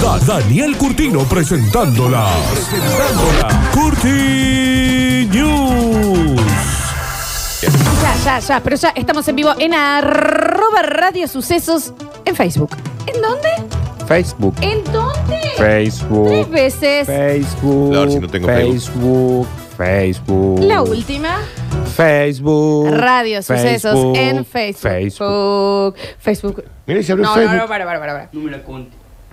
está Daniel Curtino presentándola. Presentándola. Curti News. Ya, ya, ya, pero ya estamos en vivo en arroba Radio Sucesos en Facebook. ¿En dónde? Facebook. ¿En dónde? Tres Facebook. veces. Facebook. Claro, si no tengo Facebook. Facebook. La última, Facebook. Radio Sucesos Facebook, en Facebook. Facebook. Facebook. Facebook. Mira, se abrió No, no, Facebook. no, para, para, para. para. No me la conte.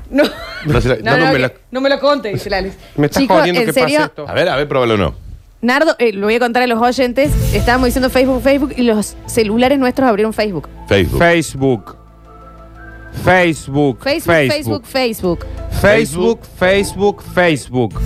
No, No se la- no, no, no, no me que- la- no me lo conte, dice la Alex. Me estás Chicos, jodiendo en que serio, pase esto. A ver, a ver, pruébalo o no. Nardo, eh, lo voy a contar a los oyentes. Estábamos diciendo Facebook, Facebook y los celulares nuestros abrieron Facebook. Facebook. Facebook. Facebook. Facebook, Facebook, Facebook. Facebook, Facebook, Facebook.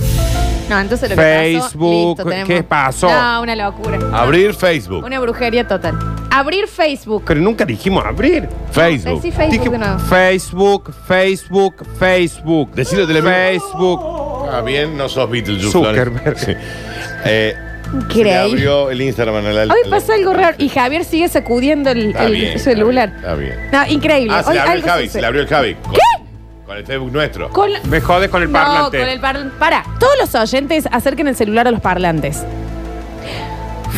No, entonces lo Facebook, que pasó, listo, tenemos- ¿qué pasó? No, una locura. Abrir Facebook. Una brujería total. Abrir Facebook. Pero nunca dijimos abrir. Decí Facebook. Facebook Dije- de nuevo. Facebook, Facebook, Facebook. Decilo de la Facebook. Ah, bien, no sos Beatles, you Zuckerberg. flores. Sí. Eh, se le Increíble. abrió el Instagram a la- Hoy a la- pasa algo raro y Javier sigue sacudiendo el, Está el bien, está bien, celular. Está bien. No, increíble. Ah, se Hoy le abrió el algo Javi, se sucede. le abrió el Javi. ¿Qué? Con el Facebook nuestro. Con la- Me jodes con el No, parlante. con el parlante. Para, todos los oyentes acerquen el celular a los parlantes.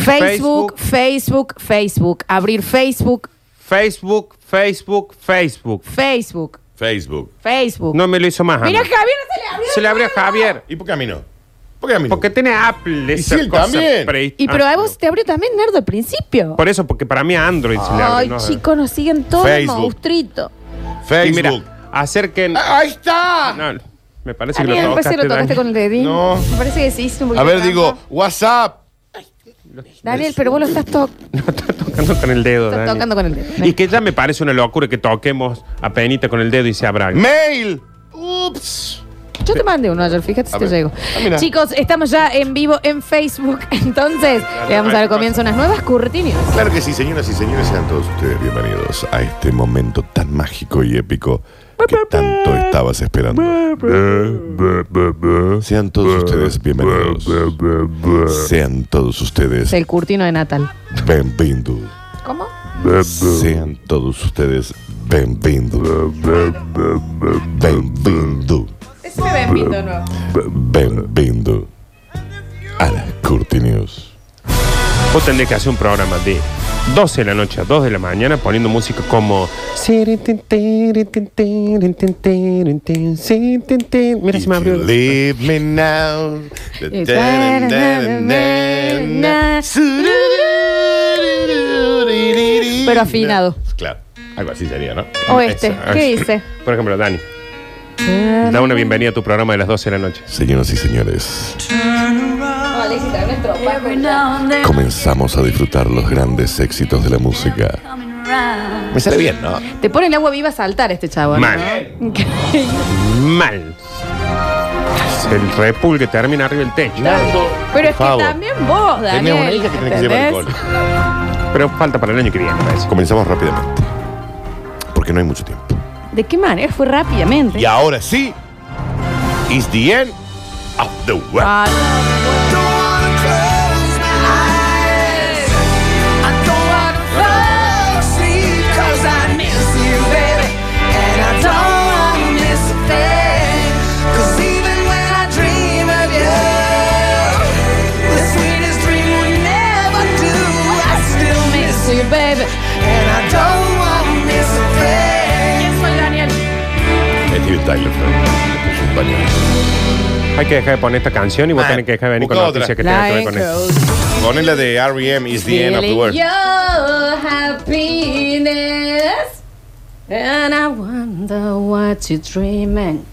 Facebook, Facebook. Facebook, Facebook. Abrir Facebook, Facebook, Facebook, Facebook. Facebook, Facebook. Facebook. No me lo hizo más. Mira, Ana. Javier se le abrió. Se le abrió a el celular. Javier. ¿Y por qué a mí no? ¿Por qué a mí no? Porque tiene Apple. si esa él cosa también. pre- Y pero Ah, a vos te abrió también, Nardo, al principio. Por eso, porque para mí a Android se le abre. Ay, ¿no? chicos, nos siguen todos el Facebook. monstruito. Y Facebook. mira, acerquen. ¡Ah, ¡Ahí está! No, me parece que lo Daniel, me parece tocaste. que lo tocaste Dani. con el dedín. No. Me parece que sí hiciste un A poquito ver, de digo, trampa. WhatsApp. Daniel, pero vos lo estás, to- Tocando con el dedo. estás Dani. tocando con el dedo. Y que ya me parece una locura que toquemos a penita con el dedo y se abra. algo. Mail. Ups. Yo te mandé uno ayer, fíjate si A te ver. llego. Ah, mira. Chicos, estamos ya en vivo en Facebook, entonces le vamos a dar comienzo a unas nuevas curtinios. Claro que sí, señoras y señores, sean todos ustedes bienvenidos a este momento tan mágico y épico que tanto estabas esperando. Sean todos ustedes bienvenidos. Sean todos Es ustedes el curtino de Natal. bienvenidos. ¿Cómo? Sean todos ustedes bienvenidos. Bienvenidos. Ese me invito nuevo. Bienvenidos a las Curti News. Vos tendrías que hacer un programa de 12 de la noche a 2 de la mañana poniendo música como. Mira, se me abrió. el- Leave me now. Pero afinado. Claro, algo así sería, ¿no? O este, ¿qué dice? Por ejemplo, Dani, da una bienvenida a tu programa de las 12 de la noche. Señoras y señores, comenzamos a disfrutar los grandes éxitos de la música. Me sale bien, ¿no? Te pone el agua viva a saltar este chavo. Mal. Mal. Es El repul que termina arriba del techo. Pero es que Por favor. también vos, Daniel. Tenía una hija que tiene que llevar el ¿entendés? gol. Pero falta para el año que viene, parece. Comenzamos rápidamente, porque no hay mucho tiempo. ¿De qué manera? Fue rápidamente. Y ahora sí, it's the end of the world. Ah, sí, baby. ¿Quién soy, Daniel? Steven Tyler, Fran, es un pañuelo. Hay que dejar de poner esta canción y vos Ah, tenés que dejar de venir con busca noticias que otra. tengan que ver con esto. Poné la de R.E.M. is the end of the Feeling world. your happiness. And I wonder what you're dreaming.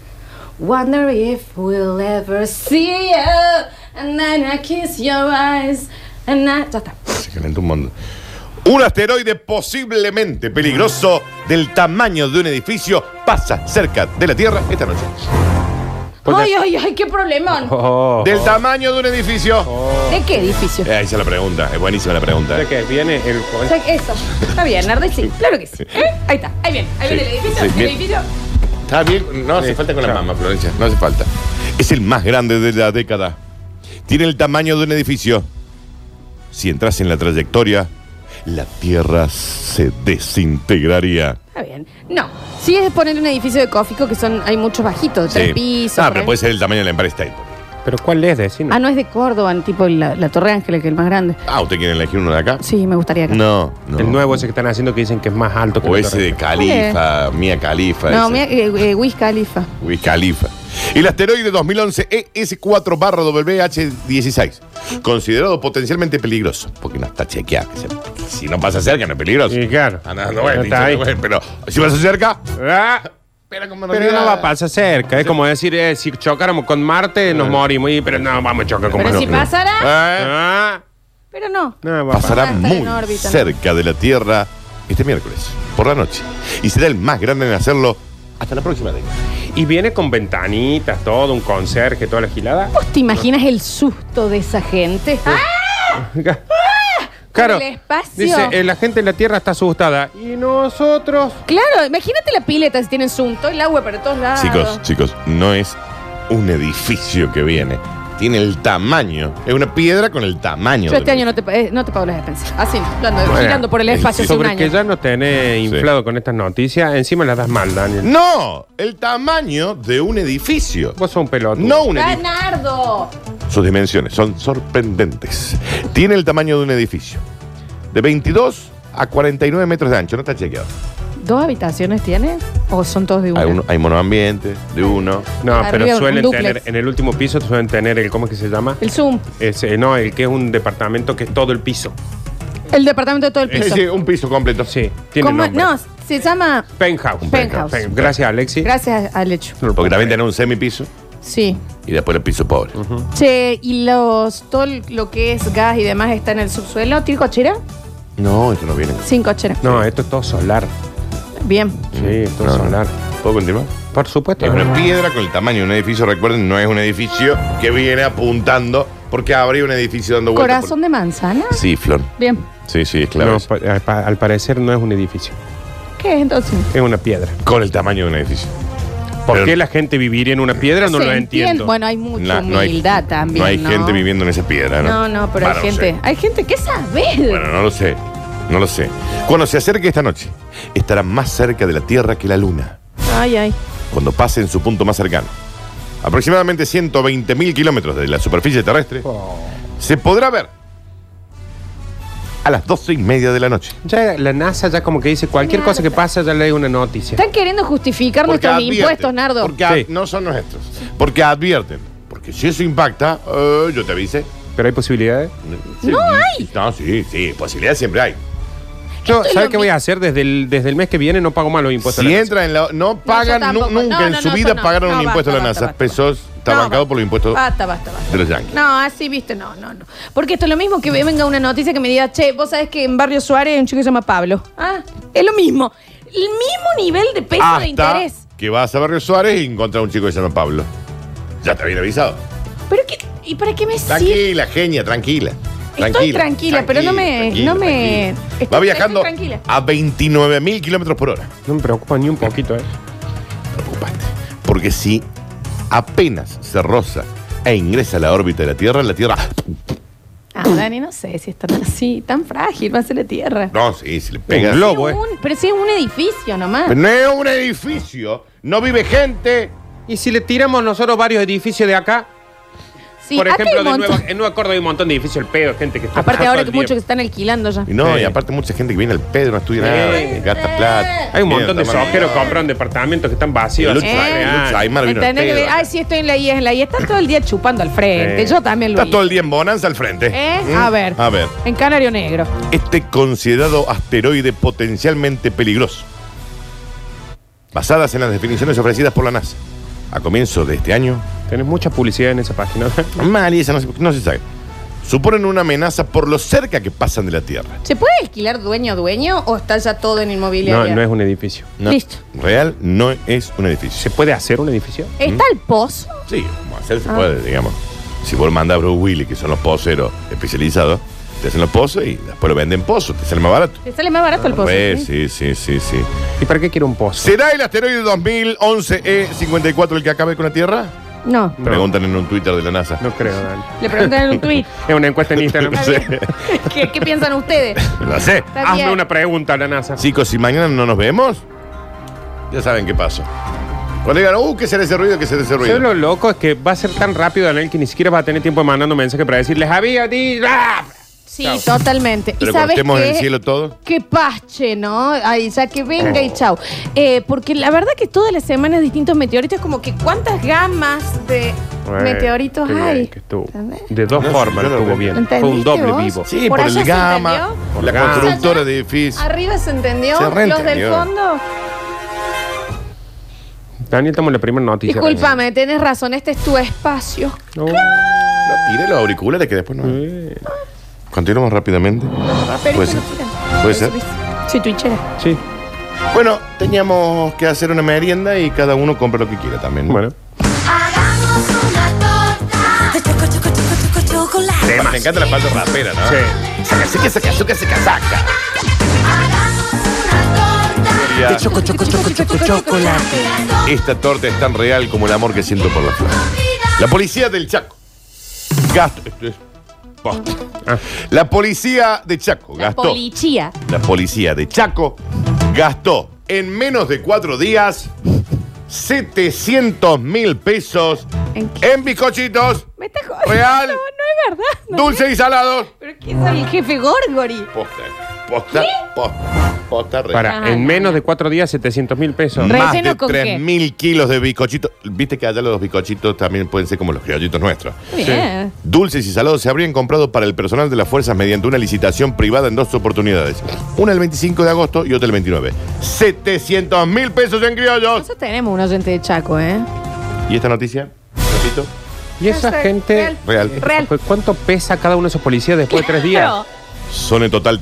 Wonder if we'll ever see you. And then I kiss your eyes. And I... Ya está. Se calentó un montón. Un asteroide posiblemente peligroso del tamaño de un edificio pasa cerca de la Tierra esta noche. Pues ya- Ay, ay, ay, qué problemón. Oh, Del tamaño de un edificio. ¿De qué edificio? Eh, ahí está la pregunta, es buenísima la pregunta. eh. ¿De qué? Viene el. O sea, Eso. Está bien, Nardi, sí. Claro que sí. ¿Eh? Ahí está. Ahí viene. Ahí viene el edificio. sí, el bien. edificio. Está bien, no hace Sí, falta con la claro. mamá, Florencia, no hace falta. Es el más grande de la década. Tiene el tamaño de un edificio. Si entras en la trayectoria, la Tierra se desintegraría. Está bien. No. Si es poner un edificio de Cofico, que son hay muchos bajitos, tres Sí. pisos. Ah, por pero ahí. puede ser el tamaño de la Empire State. Pero ¿cuál es? Decimos. Ah, no es de Córdoba, tipo la, la Torre Ángela, que es el más grande. Ah, Ah, ¿usted quiere elegir uno de acá? Sí, me gustaría que. No, no. El nuevo ese que están haciendo que dicen que es más alto que O la Oh, ese torre. de Califa, Mía Califa. No, ese. mira, eh, eh, Wiz Khalifa. Wiz Khalifa. El asteroide 2011 ES4 E barra WH16, considerado potencialmente peligroso, porque no está chequeado. que se- que si no pasa cerca, no es peligroso. Sí, claro. Ah, no, no, bueno, No está ahí. bueno, pero si pasa cerca, Ah, pero como pero no va a pasar cerca. Es como decir, eh, si chocáramos con Marte, Ah. nos morimos. Y, pero no, vamos a chocar con Pero Marte. si pasará, Eh, Ah, pero no. no, va a pasar. pasará Está en muy órbita, ¿no? cerca de la Tierra este miércoles, por la noche, y será el más grande en hacerlo hasta la próxima década. Y viene con ventanitas, todo, un conserje, toda la gilada. ¿Vos te imaginas el susto de esa gente? ¡Ah! Claro. Por el espacio. Dice, eh, la gente en la Tierra está asustada. Y nosotros. Claro, imagínate la pileta si tienen zunto, el agua para todos lados. Chicos, chicos, no es un edificio que viene. Tiene el tamaño. Es una piedra con el tamaño. Yo este del- año no te, pa- eh, no te pago las despensas. Así, lo ando Bueno, eh, girando por el espacio hace un Sobre año. que ya no tenés inflado con estas noticias, encima las das mal, Daniel. No, el tamaño de un edificio. Vos sos un pelotón. No un edificio. ¡Ganardo! Sus dimensiones son sorprendentes. Tiene el tamaño de un edificio. De 22 a 49 metros de ancho. No está chequeado. ¿Dos habitaciones tiene? ¿O son todos de una? Hay, uno, hay monoambiente, de uno. No, Arriba pero un suelen duplex. tener, en el último piso suelen tener el, ¿cómo es que se llama? El Zoom. Ese, no, el que es un departamento que es todo el piso. El departamento de todo el piso. Es decir, un piso completo. Sí, tiene ¿Cómo? nombre. No, se llama... Penthouse. Penthouse. Pen- Gracias, Alexi. Gracias al hecho. Porque también tiene un semipiso Sí. y después el piso pobre. Che, ¿y los, todo lo que es gas y demás está en el subsuelo? ¿Tiene cochera? No, esto no viene. Sin cochera. No, esto es todo solar. Bien. Sí, todo Mm. No. solar. ¿Puedo continuar? Por supuesto. Es una piedra con el tamaño de un edificio. Recuerden, no es un edificio que viene apuntando porque habría un edificio dando vueltas. ¿Corazón de manzana? por- Sí, Flor. Bien. Sí, sí, es claro. No, eso. pa- al, pa- al parecer no es un edificio, ¿Qué es entonces? es una piedra. Con el tamaño de un edificio. ¿Por Pero- qué la gente viviría en una piedra? No Se lo entiendo. entiende. Bueno, hay mucha Na- no hay- humildad también. No hay gente viviendo en esa piedra, ¿no? No, no, pero Ah, hay gente. sé. Hay gente que sabe. Bueno, no lo sé. No lo sé. Cuando se acerque esta noche, estará más cerca de la Tierra que la Luna. Ay, ay. Cuando pase en su punto más cercano. Aproximadamente 120.000 kilómetros de la superficie terrestre, Oh. se podrá ver a las doce y media de la noche. Ya la NASA ya como que dice cualquier cosa que pasa ya le da una noticia. Están queriendo justificar nuestros advierten, impuestos, Nardo. Porque ad- Sí. no son nuestros. Porque advierten. Porque si eso impacta, eh, yo te avise. Pero hay posibilidades. no hay. No, sí, sí. Posibilidades siempre hay. Yo, Esto es ¿sabes lo qué mi- voy a hacer? Desde el, desde el mes que viene no pago más los impuestos. a Si Pues la entra en la. No pagan, nu- tampoco. nunca No, en no, su no, vida yo no. pagaron No, un impuesto basta, a la basta, NASA. basta. Pesos está No, bancado basta. Ah, por los impuestos Basta, basta, basta. de los yankees. No, así viste, no, no, no. Porque esto es lo mismo que venga una noticia que me diga, che, vos sabés que en Barrio Suárez hay un chico que se llama Pablo. Ah, es lo mismo. El mismo nivel de peso de Hasta interés. que vas a Barrio Suárez y encuentras a un chico que se llama Pablo. Ya te bien avisado. Pero qué, ¿y para qué me sirve? Tranquila, genia, tranquila. Estoy tranquila, pero no me- no me- tranquila. estoy- Va viajando estoy tranquila. a 29 mil kilómetros por hora. No me preocupa ni un poquito, ¿eh? preocupante. Porque si apenas se roza e ingresa a la órbita de la Tierra, la Tierra. Ah, Dani, no sé si es tan así, tan frágil, va a ser la tierra. No, sí, se le pega. Un globo. ¿eh? Pero bueno. un- pero si es un edificio nomás. Pero no es un edificio, no vive gente. Y si le tiramos nosotros varios edificios de acá, Sí, por acá hay ejemplo, de un montón. Nueva, en Nueva Córdoba hay un montón de edificios, el pedo, gente que está. Aparte todo ahora el que día. muchos que están alquilando ya. Y no, Sí. y aparte mucha gente que viene al pedo, no estudia Sí. nada, gasta plata. Hay un montón de Mierda, madre. sojeros que compran departamentos que están vacíos. Lucha, así, eh, lucha, real. hay mar, vino al ¿Entendés? pedo. Que- Ay, sí, estoy en la IA, en la IA. Están todo el día chupando al frente. Eh. Yo también lo Está todo hice. el día en bonanza al frente. ¿Eh? ¿Mm? A ver. A ver. En Canario Negro. Este considerado asteroide potencialmente peligroso, basadas en las definiciones ofrecidas por la NASA a comienzo de este año, Tenés mucha publicidad en esa página. Mal, y esa no se, no se sabe. Suponen una amenaza por lo cerca que pasan de la Tierra. ¿Se puede alquilar dueño a dueño o está ya todo en No, inmobiliaria? no es un edificio. No, Listo. Real no es un ¿Se edificio. puede hacer un edificio? ¿Está el pozo? Sí, como hacer Ah. se puede, digamos. Si vos mandás a Bruce Willy, que son los poceros especializados, te hacen los pozos y después lo venden pozos, te sale más barato. ¿Te sale más barato el pozo? Re, ¿sí? Pues, sí, sí, sí, sí. ¿Y para qué quiero un pozo? ¿Será el asteroide 2011 E54 el que acabe con la Tierra? No. Preguntan en un Twitter de la NASA. No creo, Dani. Le preguntan en un tweet. Es una encuesta en Instagram. No sé. ¿Qué, qué piensan ustedes? No sé. Está Hazme bien. una pregunta a la NASA. Chicos, si mañana no nos vemos, ya saben qué pasó. Cuando digan, uh, ¿qué será ese ruido? ¿Qué será ese Yo ruido? lo loco es que va a ser tan rápido, Daniel, que ni siquiera vas a tener tiempo de mandando mensajes para decirles había dicho. ¡Ah! Sí, totalmente. ¿Y Pero cuando sabes estemos en el qué? cielo Oh. todos. Que pache, ¿no? Ay, ya que venga y chau. Eh, porque la verdad que todas las semanas distintos meteoritos, como que cuántas gamas de Bueno, meteoritos qué bien hay. que estuvo. ¿Entendés? De dos No, formas yo lo estuvo veo. bien. Fue un ¿Entendiste doble vos? vivo. Por Sí, por, allá el se gama, entendió. por la Por allá. constructora de edificios. Arriba se entendió. Se reentendió. Los del fondo. Daniel, estamos en la primera noticia. Discúlpame, tenés razón. Este es tu espacio. No. No, Tire los auriculares que después no. Eh, Continuamos rápidamente. Pero Ah, Puede esto ser. no gira. Puede Eso ser. es. Soy twitchera. Sí. Bueno, teníamos que hacer una merienda y cada uno compra lo que quiera también. Bueno. Hagamos una torta. Choco, choco, choco, choco, chocolate. Me encanta la falda rapera, ¿no? Sí. Saca, saca, saca, saca, saca, saca. Hagamos una torta. Ya, Choco, choco, choco, choco, chocolate. La torta Esta torta es tan real como el amor que siento por la flor. La policía del Chaco. Gasto. Esto es. posta. La policía de Chaco Ah. La gastó. polichía. La policía de Chaco gastó en menos de cuatro días 700 mil pesos ¿En en, qué? bizcochitos, Me está jodiendo. Real. No, no es verdad. No. dulces y salados. Pero ¿qué es el jefe Gorgori? Posta, posta, posta, posta, real. Para, Ajá, en no, menos no. de cuatro días, 700 mil pesos. Re- Más ¿Relleno de con qué? 3.000 kilos de bizcochitos. Viste que allá los bizcochitos también pueden ser como los criollitos nuestros. Bien. Dulces y salados se habrían comprado para el personal de las fuerzas mediante una licitación privada en dos oportunidades. Una el 25 de agosto y otra el 29. 700 mil pesos en criollos. Nosotros tenemos un oyente de Chaco, ¿eh? ¿Y esta noticia? Repito. Y esa Hashtag gente. real. Real. Real. Pues, ¿Cuánto pesa cada uno de esos policías después de tres días? Claro. Son en total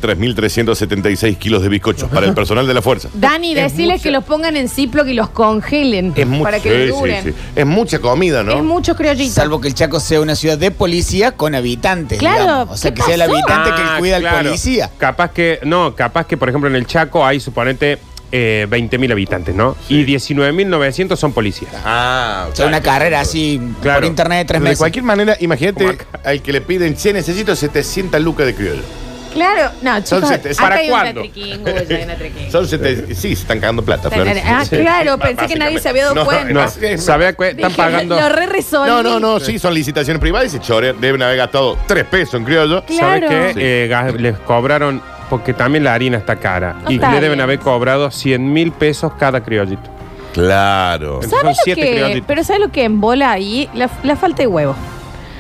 3.376 kilos de bizcochos para el personal de la fuerza. Dani, Es decirles mucha- que los pongan en Ziploc y los congelen. Es mucho- Para que sí, les sí, duren. sí. Es mucha comida, ¿no? Es mucho criollitos. Salvo que el Chaco sea una ciudad de policía con habitantes. Claro, digamos. O sea, ¿qué que sea el pasó? habitante Ah, que cuida al claro. policía. Capaz que, no, capaz que, por ejemplo, en el Chaco hay, suponente, eh, 20.000 habitantes, ¿no? Y 19.900 son policías. Ah, O sea, una carrera así Claro. por internet de tres De meses. cualquier manera, imagínate Como acá. al que le piden, che, necesito 700 lucas de criollo. Claro. No, chicos. siete- acá ¿para hay cuándo? Una triquingüe, hay una triquingüe. Son Eh. 700. Sí, se están cagando plata, Flores. Ah, Sí. claro, Bá- pensé que nadie se había dado No, cuenta. No, Sí. ¿sabes? qué? Están Dije, pagando. Lo re resolví. No, no, no, sí, son licitaciones privadas y se chorean. Deben haber gastado 3 pesos en criollo. ¿Sabes Claro. qué? Sí. Eh, gas- les cobraron, porque también la harina está cara. No y está le deben bien. haber cobrado 100 mil pesos cada criollito. Claro. ¿Sabes Son lo siete que? criollitos. Pero ¿sabes lo que embola ahí? La, la falta de huevo.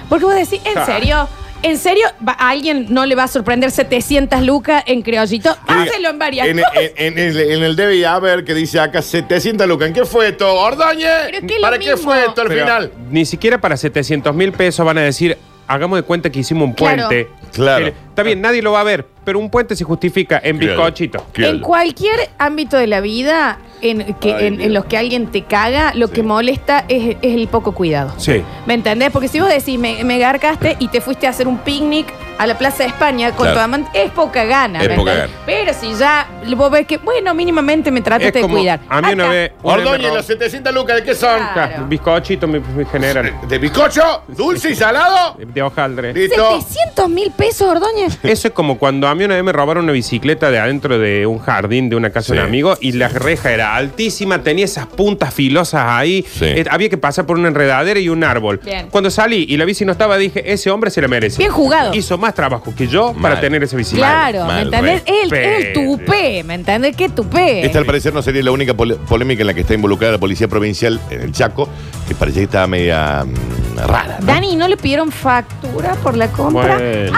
Porque vos decís, ¿en Ah. serio? ¿En serio va- a alguien no le va a sorprender 700 lucas en criollito? Hácelo en varias En, cosas. en- en el, en el debe haber que dice acá 700 lucas. ¿En qué fue esto, Ordoñez? Pero que es lo ¿Para qué mismo. fue esto al Pero final? Ni siquiera para 700 mil pesos van a decir, hagamos de cuenta que hicimos un Claro. puente. Claro. Eh, Está bien, nadie lo va a ver, pero un puente se justifica en Criollo. bizcochito. Criollo. En cualquier ámbito de la vida en, que, Ay, en, Dios. en los que alguien te caga, lo Sí. que molesta es, es el poco cuidado. Sí. ¿Me entendés? Porque si vos decís, me, me garcaste y te fuiste a hacer un picnic a la Plaza de España con Claro. tu amante, es poca gana. Es ¿me poca entendés? Pero si ya vos ves que, bueno, mínimamente me trataste Es de como, cuidar. A mí una Acá. vez. una vez me Ordoñez, robó- los 700 lucas, ¿de qué son? Claro. Bizcochito me, me generan. ¿De bizcocho? ¿Dulce y salado? De hojaldre. Listo. 700 mil pesos, Ordóñez. Eso es como cuando a mí una vez me robaron una bicicleta de adentro de un jardín de una casa de Sí. un amigo y la reja era altísima, tenía esas puntas filosas ahí. Sí. Eh, había que pasar por una enredadera y un árbol. Bien. Cuando salí y la bici no estaba, dije, ese hombre se la merece. Bien jugado. Hizo más trabajo que yo Mal. para tener esa bicicleta. Claro, mal, ¿me entendés? re. El, el tupé, ¿me entendés? ¿Qué tupé? Esta al parecer no sería la única pole- polémica en la que está involucrada la policía provincial en el Chaco, que parecía que estaba media mm, rara. ¿no? Dani, ¿no le pidieron factura por la compra? Bueno.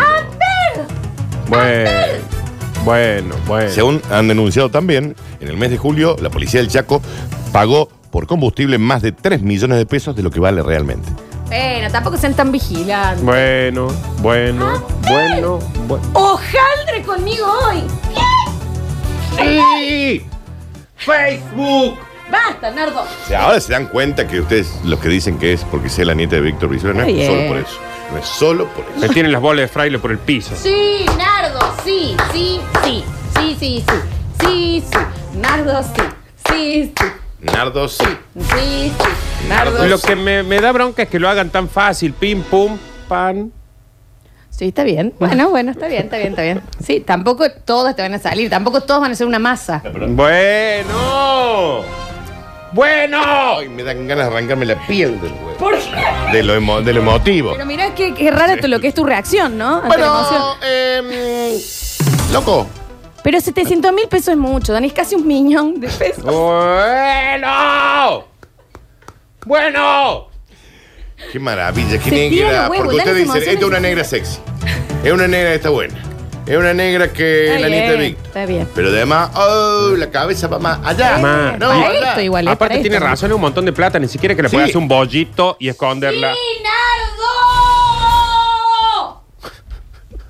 Bueno. Bueno, bueno. Según han denunciado también, en el mes de julio la policía del Chaco pagó por combustible más de 3 millones de pesos de lo que vale realmente. Bueno, tampoco sean tan vigilantes. Bueno, bueno, bueno, bueno. ¡Ojaldre conmigo hoy! ¡Sí! ¡Facebook! ¡Basta, Nardo! O sea, ahora se dan cuenta que ustedes, los que dicen que es porque sea la nieta de Víctor Brizuela, no Está es bien. solo por eso. No es solo por eso. Me tienen las bolas de fraile por el piso. Sí, Nardo, sí, sí, sí. Sí, sí, sí. Sí, sí. Nardo, sí. Sí, sí. Nardo, sí. Sí, sí. Nardo. Lo que me, me da bronca es que lo hagan tan fácil. Pim, pum, pan. Sí, está bien. Bueno, bueno, está bien, está bien, está bien. Sí, tampoco todas te van a salir, tampoco todos van a ser una masa. Bueno. Bueno. Ay, me dan ganas de arrancarme la piel del huevo. ¿Por qué? De lo, emo- de lo emotivo. Pero mirá qué, qué rara tu- lo que es tu reacción, ¿no? Ante la emoción. Bueno, eh, loco. Pero 700 mil pesos es mucho, Dani, es casi un millón de pesos. Bueno. Bueno. Qué maravilla, qué Se tira negra. los huevos, porque dan las ustedes dicen, esta es una emociones. negra sexy. Es una negra que está buena. Es una negra que Está Eh, la bien, Anita Víctor. está bien. Pero además, oh, la cabeza va más allá. Más. no, para allá. esto igual, es Aparte para tiene esto. razón, es un montón de plata, ni siquiera que le Sí. puedas hacer un bollito y esconderla. ¡Nardo!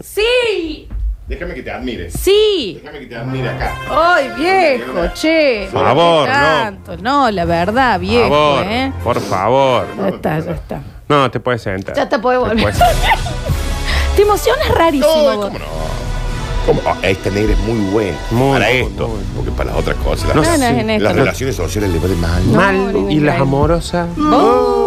¡Sí! Déjame que te admire. ¡Sí! Déjame que te admire acá. ¡Ay, viejo, che! Por favor, ¿Qué no. tanto? No, la verdad, Por viejo, favor, ¿eh? por favor. Ya está, ya está. No, te puedes sentar. Ya te puedes volver. puedes sentar. Te emocionas rarísimo. No, vos. cómo no. ¿Cómo? Ah, esta negra es muy buena Muy para buena, esto. muy buena. Porque para las otras cosas, las, No, no, es en las esto, no. relaciones sociales le vale mal. Mal. Y no, las no. amorosas. Oh.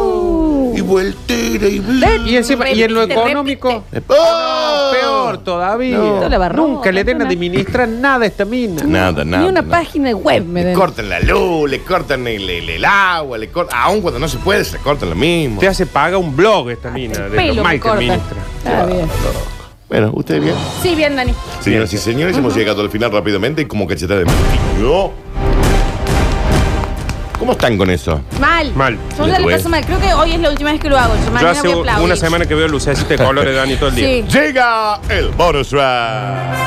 Y vueltera y vuelta. Y, encima- y en lo Repite, económico. ¡Oh! Peor todavía. No. Esto la barró, Nunca le den a Antonio. administrar nada a esta mina. Nada, nada. Ni una nada. página web me Le den. cortan la luz, le cortan el, el- el agua, le cortan. Aún cuando no se puede, se cortan lo mismo. Te hace paga un blog esta mina. De Pelo lo me mal que corta. administra. Está bien. Bueno, usted bien. Sí, bien, Dani. Señoras y señores, hemos llegado al final rápidamente y como cachetada de martillo. ¿Cómo están con eso? Mal. Mal. Yo Les ya le voy. paso mal. Creo que hoy es la última vez que lo hago. Yo Yo mañana hace voy a aplaudir. una semana que veo lucecitas de colores, Dani, todo el día. Sí. Llega el bonus round.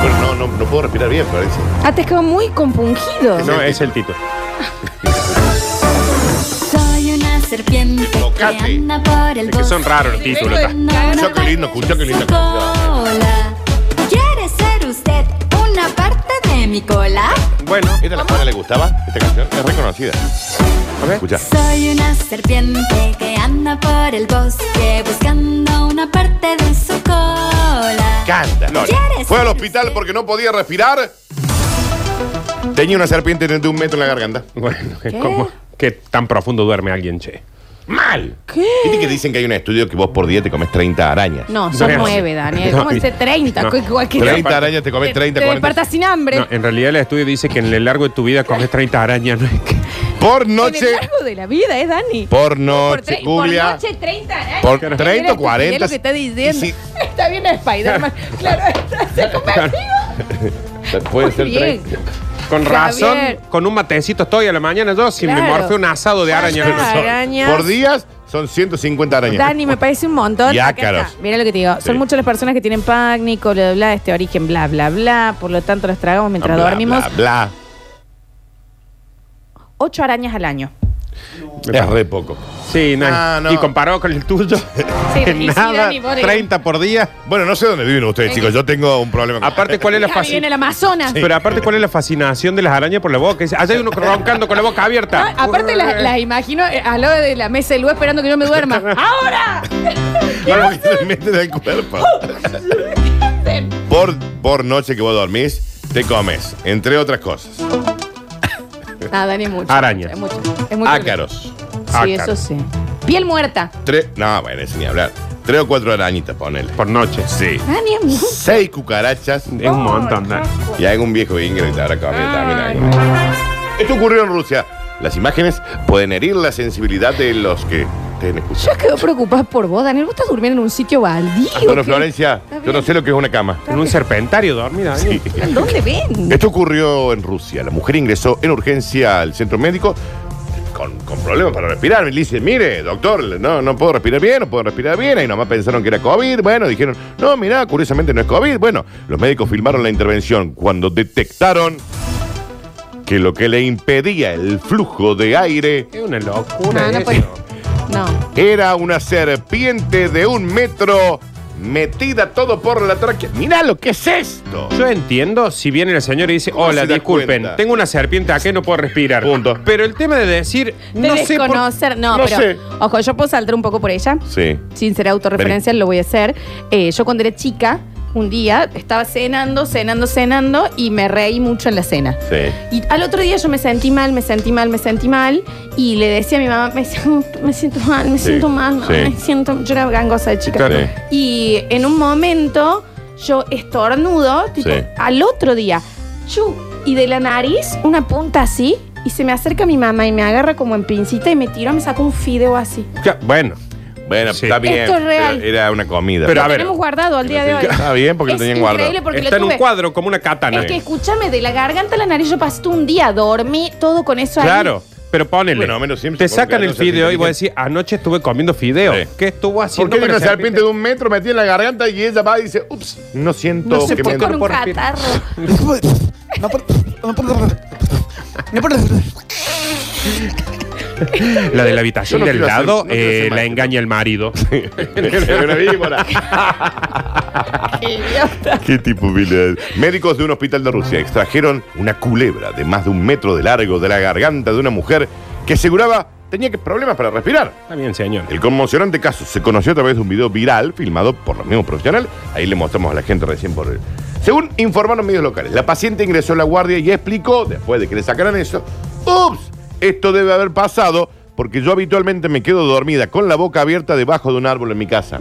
Bueno, no, no, no puedo respirar bien, parece. Ah, te has quedado muy compungido. No, es el título. Soy una serpiente que Tocate. anda por el Es que son bosque. raros los títulos. está. Escuchá qué lindo, escuchá qué lindo. Su cola. ¿Quiere ser usted una parte de mi cola? Bueno, ¿Esta a la pana le gustaba? Esta canción es reconocida. a ver. Escucha. Soy una serpiente que anda por el bosque buscando una parte de su cola. Canta. Lola. ¿Quieres Fue al ser hospital usted? porque no podía respirar. Tenía una serpiente de un metro en la garganta. Bueno, es como que tan profundo duerme alguien, che. ¡Mal! ¿Qué? ¿Viste que dicen que hay un estudio que vos por día te comes 30 arañas? No, son No. nueve, Daniel. ¿Cómo No, y- dice 30? no. este Igual que 30 aparte- arañas te comes Te, 30, te 40. despertas sin hambre. No, en realidad el estudio dice que en el largo de tu vida comes 30 arañas, no es que. Por En el noche. largo de la vida, ¿eh, Dani? Por Por, noche, tre- por Julia. noche 30 arañas. Por Mira 30 o esto, 40. mira lo que está diciendo. Sí. Está bien Spider-Man. Claro, está, se convertido. Puede ser pues, Bien. 30. Con razón, Javier. con un matecito estoy a la mañana yo, si me Claro. morfe un asado de arañas. Claro. en el sol. Arañas. Por días son 150 arañas. Dani, me parece un montón. Y Acá ácaros. está. Mira lo que te digo. Son Sí. muchas las personas que tienen pánico, bla, bla, bla, este origen, bla, bla, bla. Por lo tanto, las tragamos mientras Bla, dormimos. Bla, bla. Ocho arañas al año. Es re poco. Sí, no. Ah, no. Y comparado con el tuyo, en y sí, nada, Dani, pobre. 30 por día. Bueno, no sé dónde viven ustedes, chicos. Yo tengo un problema. con- Aparte, ¿cuál es la Ah, viene fascinación? el Amazonas. Pero aparte, ¿cuál es la fascinación de las arañas por la boca? Dice, Allá hay uno roncando con la boca abierta. Ah, aparte las las imagino eh, al lado de la mesa del lugar esperando que yo me duerma. ¡Ahora! Claro, porque te meten al cuerpo. por, por noche que vos dormís, te comes, entre otras cosas, Ah, Dani, mucho. Arañas. Es mucho. Es mucho. ácaros. Sí, Ácaros. eso sí. Piel muerta. Tres. No, bueno, eso ni hablar. Tres o cuatro arañitas, ponele. Por noche. Sí. Dani, es mucho. Seis cucarachas Es Oh. un montón, ¿no? y algún viejo ingreso que te habrá comido también alguna. Esto ocurrió en Rusia. Las imágenes pueden herir la sensibilidad de los que te han escuchado. Yo quedo preocupada por vos, Daniel. Vos estás durmiendo en un sitio baldío. Bueno, ¿qué? Ah, Florencia, Está yo no bien. sé lo que es una cama. En un serpentario dormir ahí. ¿Dónde ven? Esto ocurrió en Rusia. La mujer ingresó en urgencia al centro médico con, con problemas para respirar. Le dice, mire, doctor, no, no puedo respirar bien, no puedo respirar bien. Ahí nomás pensaron que era COVID. Bueno, dijeron, no, mirá, curiosamente no es COVID. Bueno, los médicos filmaron la intervención cuando detectaron que lo que le impedía el flujo de aire Es una locura. No, no eso. puede. No. era una serpiente de un metro metida todo por la tráquea. Mirá lo que es esto. Yo entiendo si viene el señor y dice, ¿Cómo hola, se da disculpen, cuenta? tengo una serpiente acá y no puedo respirar. Punto. Pero el tema de decir, Te no sé por- desconocer. No, no pero. sé. Ojo, yo puedo saltar un poco por ella. Sí. Sin ser autorreferencial, lo voy a hacer. Eh, yo cuando era chica. un día estaba cenando, cenando, cenando y me reí mucho en la cena. Sí. Y al otro día yo me sentí mal, me sentí mal, me sentí mal y le decía a mi mamá, me siento, me siento mal, me Sí, siento mal, mamá, sí. me siento, yo era gangosa de chica. Claro. Y en un momento yo estornudo, tipo, Sí. al otro día, chu, y de la nariz una punta así, y se me acerca mi mamá y me agarra como en pincita y me tira, me saca un fideo así. Ya, Bueno, Bueno, Sí. está bien. Esto es real. pero Era una comida. Pero lo a ver, tenemos guardado al día de hoy. Está bien porque Es lo tenían guardado. increíble porque está lo en un tuve. cuadro como una katana. Es que escúchame, de la garganta a la nariz yo pasé todo un día, dormí todo con eso ahí. Claro, pero ponele. Bueno, Homero Simpson, te porque sacan no el se fideo y vos inteligente. decís, anoche estuve comiendo fideo. Sí. ¿Qué estuvo haciendo? ¿Por qué hay con una la serpiente de un metro metida en la garganta y ella va y dice, ups, no siento No sé que por me qué con un por- catarro. No por- no por- no por- La de la Yo habitación no del quiero hacer- lado no quiero eh, hacer la más. engaña el marido. Era una víbora. Qué tipo vilés. Médicos de un hospital de Rusia extrajeron una culebra de más de un metro de largo de la garganta de una mujer que aseguraba tenía que- problemas para respirar. Está bien, señor. El conmocionante caso se conoció a través de un video viral filmado por los mismos profesionales. Ahí le mostramos a la gente recién por el. Según informaron medios locales, la paciente ingresó a la guardia y explicó, después de que le sacaran eso, ¡Ups! Esto debe haber pasado porque yo habitualmente me quedo dormida con la boca abierta debajo de un árbol en mi casa.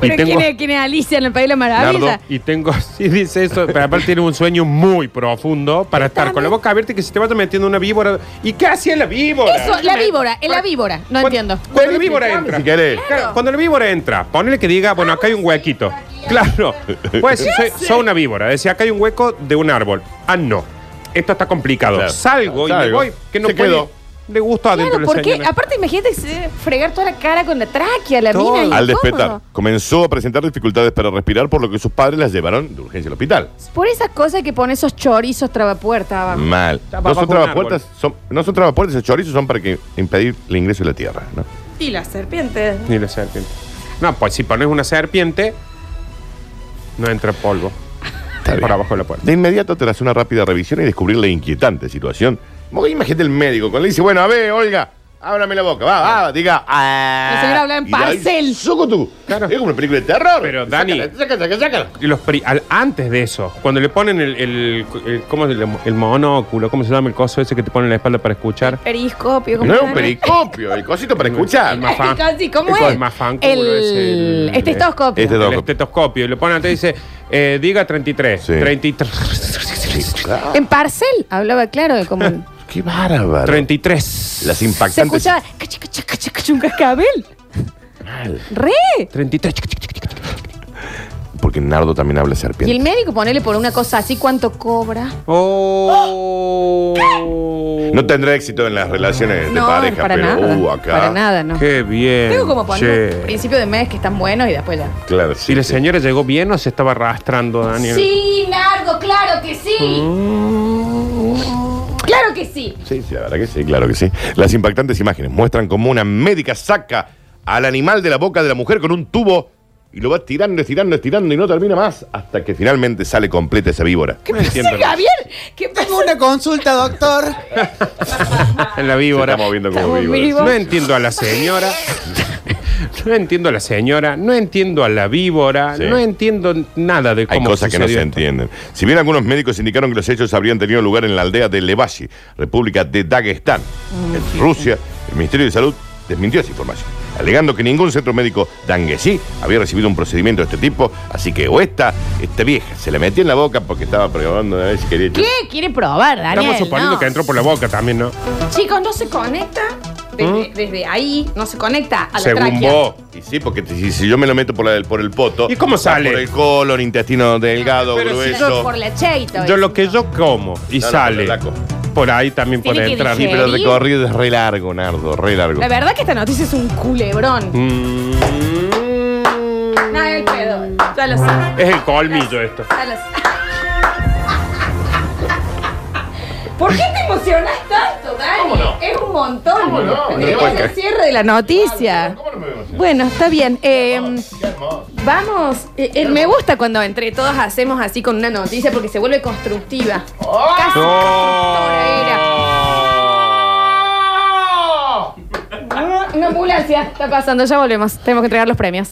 Pero Y tengo- ¿quién, es, quién es Alicia en el País de la Maravilla? Y tengo, sí dice eso, pero aparte tiene un sueño muy profundo para estar con la boca abierta y que se te vaya metiendo una víbora. ¿Y qué hacía la víbora? Eso, la víbora, es la víbora. No Cuando- entiendo. Cuando la víbora entra. Si querés. Claro, Cuando la víbora entra, ponele que diga, bueno, acá hay un huequito. Claro. Puede decir, soy, soy una víbora. Decía, acá hay un hueco de un árbol. Ah, no. Esto está complicado. Claro. Salgo y Salgo. me voy, que no Se puedo. quedó. Le gusto adentro Claro, la porque señora. aparte imagínate que se debe fregar toda la cara con la tráquea, la Todo. mina. y Al el cómodo. despertar, comenzó a presentar dificultades para respirar, por lo que sus padres las llevaron de urgencia al hospital. Por esas cosas que pone esos chorizos trabapuerta abajo. Mal. Está Ah, No bajo son un trabapuertas, son, no son trabapuertas, esos chorizos son para que impedir el ingreso de la tierra, ¿no? Y las serpientes. Ni la serpiente. No, pues si pones una serpiente, no entra polvo. Está por bien. abajo de la puerta. De inmediato tras una rápida revisión y descubrir la inquietante situación. Porque Imagínate el médico cuando le dice, bueno, a ver, Olga, ábrame la boca, va, va, diga. ah. La señora habla en Y de ahí, parcel. ¡Sucutu! Claro. Es como una película de terror. Pero, Dani- Sácala, sácala, sácala, sácala. Y los pri- al- antes de eso, cuando le ponen el, el- el- ¿cómo es el, el monóculo? ¿Cómo se llama el coso ese que te ponen en la espalda para escuchar? Periscopio. ¿cómo No es se un llama? pericopio, el cosito para escuchar. El mafán. Casi, ¿cómo El es? mafán, ¿cómo lo es? El El- estetoscopio. Este- El estetoscopio. Y le ponen antes y dice, eh, diga 33. Sí. 33. En parcel hablaba claro de cómo. Qué bárbaro. 33. Las se impactantes. escuchaba cachi, cachi, cachi, cachi, un cascabel. ¡Re! 33. Porque Nardo también habla Y el serpiente. médico ponele por una cosa así, ¿cuánto cobra? Oh. No tendrá éxito en las relaciones de no, pareja, para pero nada. uh, acá. Para nada, no. Qué bien. Tengo como poner che. un principio de mes que están buenos y después ya. Claro, ¿Y sí. la sí. señora llegó bien o se estaba arrastrando, Daniel? Sí, Nardo, claro que sí. Claro que sí. Sí, sí, la verdad que sí, claro que sí. Las impactantes imágenes muestran cómo una médica saca al animal de la boca de la mujer con un tubo y lo va tirando, estirando, estirando y no termina más hasta que finalmente sale completa esa víbora. ¿Qué entiendo? Sí, Gabriel, ¿qué Tengo pasó? una consulta, doctor. En la Se víbora. está moviendo como Estamos víbora. vivos. No entiendo a la señora. No entiendo a la señora, no entiendo a la víbora, Sí. no entiendo nada de cómo Hay cosas que no sucedió se esto. entienden. Si bien algunos médicos indicaron que los hechos habrían tenido lugar en la aldea de Levashi, República de Dagestán, Mm, en Rusia, el Ministerio de Salud desmintió esa información, alegando que ningún centro médico danguesí había recibido un procedimiento de este tipo, así que o esta, esta vieja, se la metió en la boca porque estaba probando a ver si quería... ¿Qué quiere probar, Daniel? Estamos suponiendo No. que entró por la boca también, ¿no? Chicos, no se conecta desde, ¿Mm? desde ahí, no se conecta a la Según tráquea. vos. Oh, Y sí, porque si, si yo me lo meto por, la del- por el poto. ¿Y cómo va sale? Por el colon, intestino delgado, Pero si grueso. Yo por la cheita. Yo lo que yo como y No, no, sale pero laco. por ahí también Tiene puede que entrar. Sí, pero el ¿Querí? recorrido es re largo, Nardo, re largo. La verdad que esta noticia es un culebrón. Mm, Nada del pedo. Ya lo sé. es el colmillo esto. Ya lo sé. ¿Por qué te emocionás tanto, Dani? Es un montón. no? Ah, Es No, el cierre de la noticia. Bueno, está bien. Eh, Vamos, eh, eh, me gusta cuando entre todos hacemos así con una noticia porque se vuelve constructiva. ¡Ah! Casi constructora era. Una ambulancia está pasando, ya volvemos. Tenemos que entregar los premios.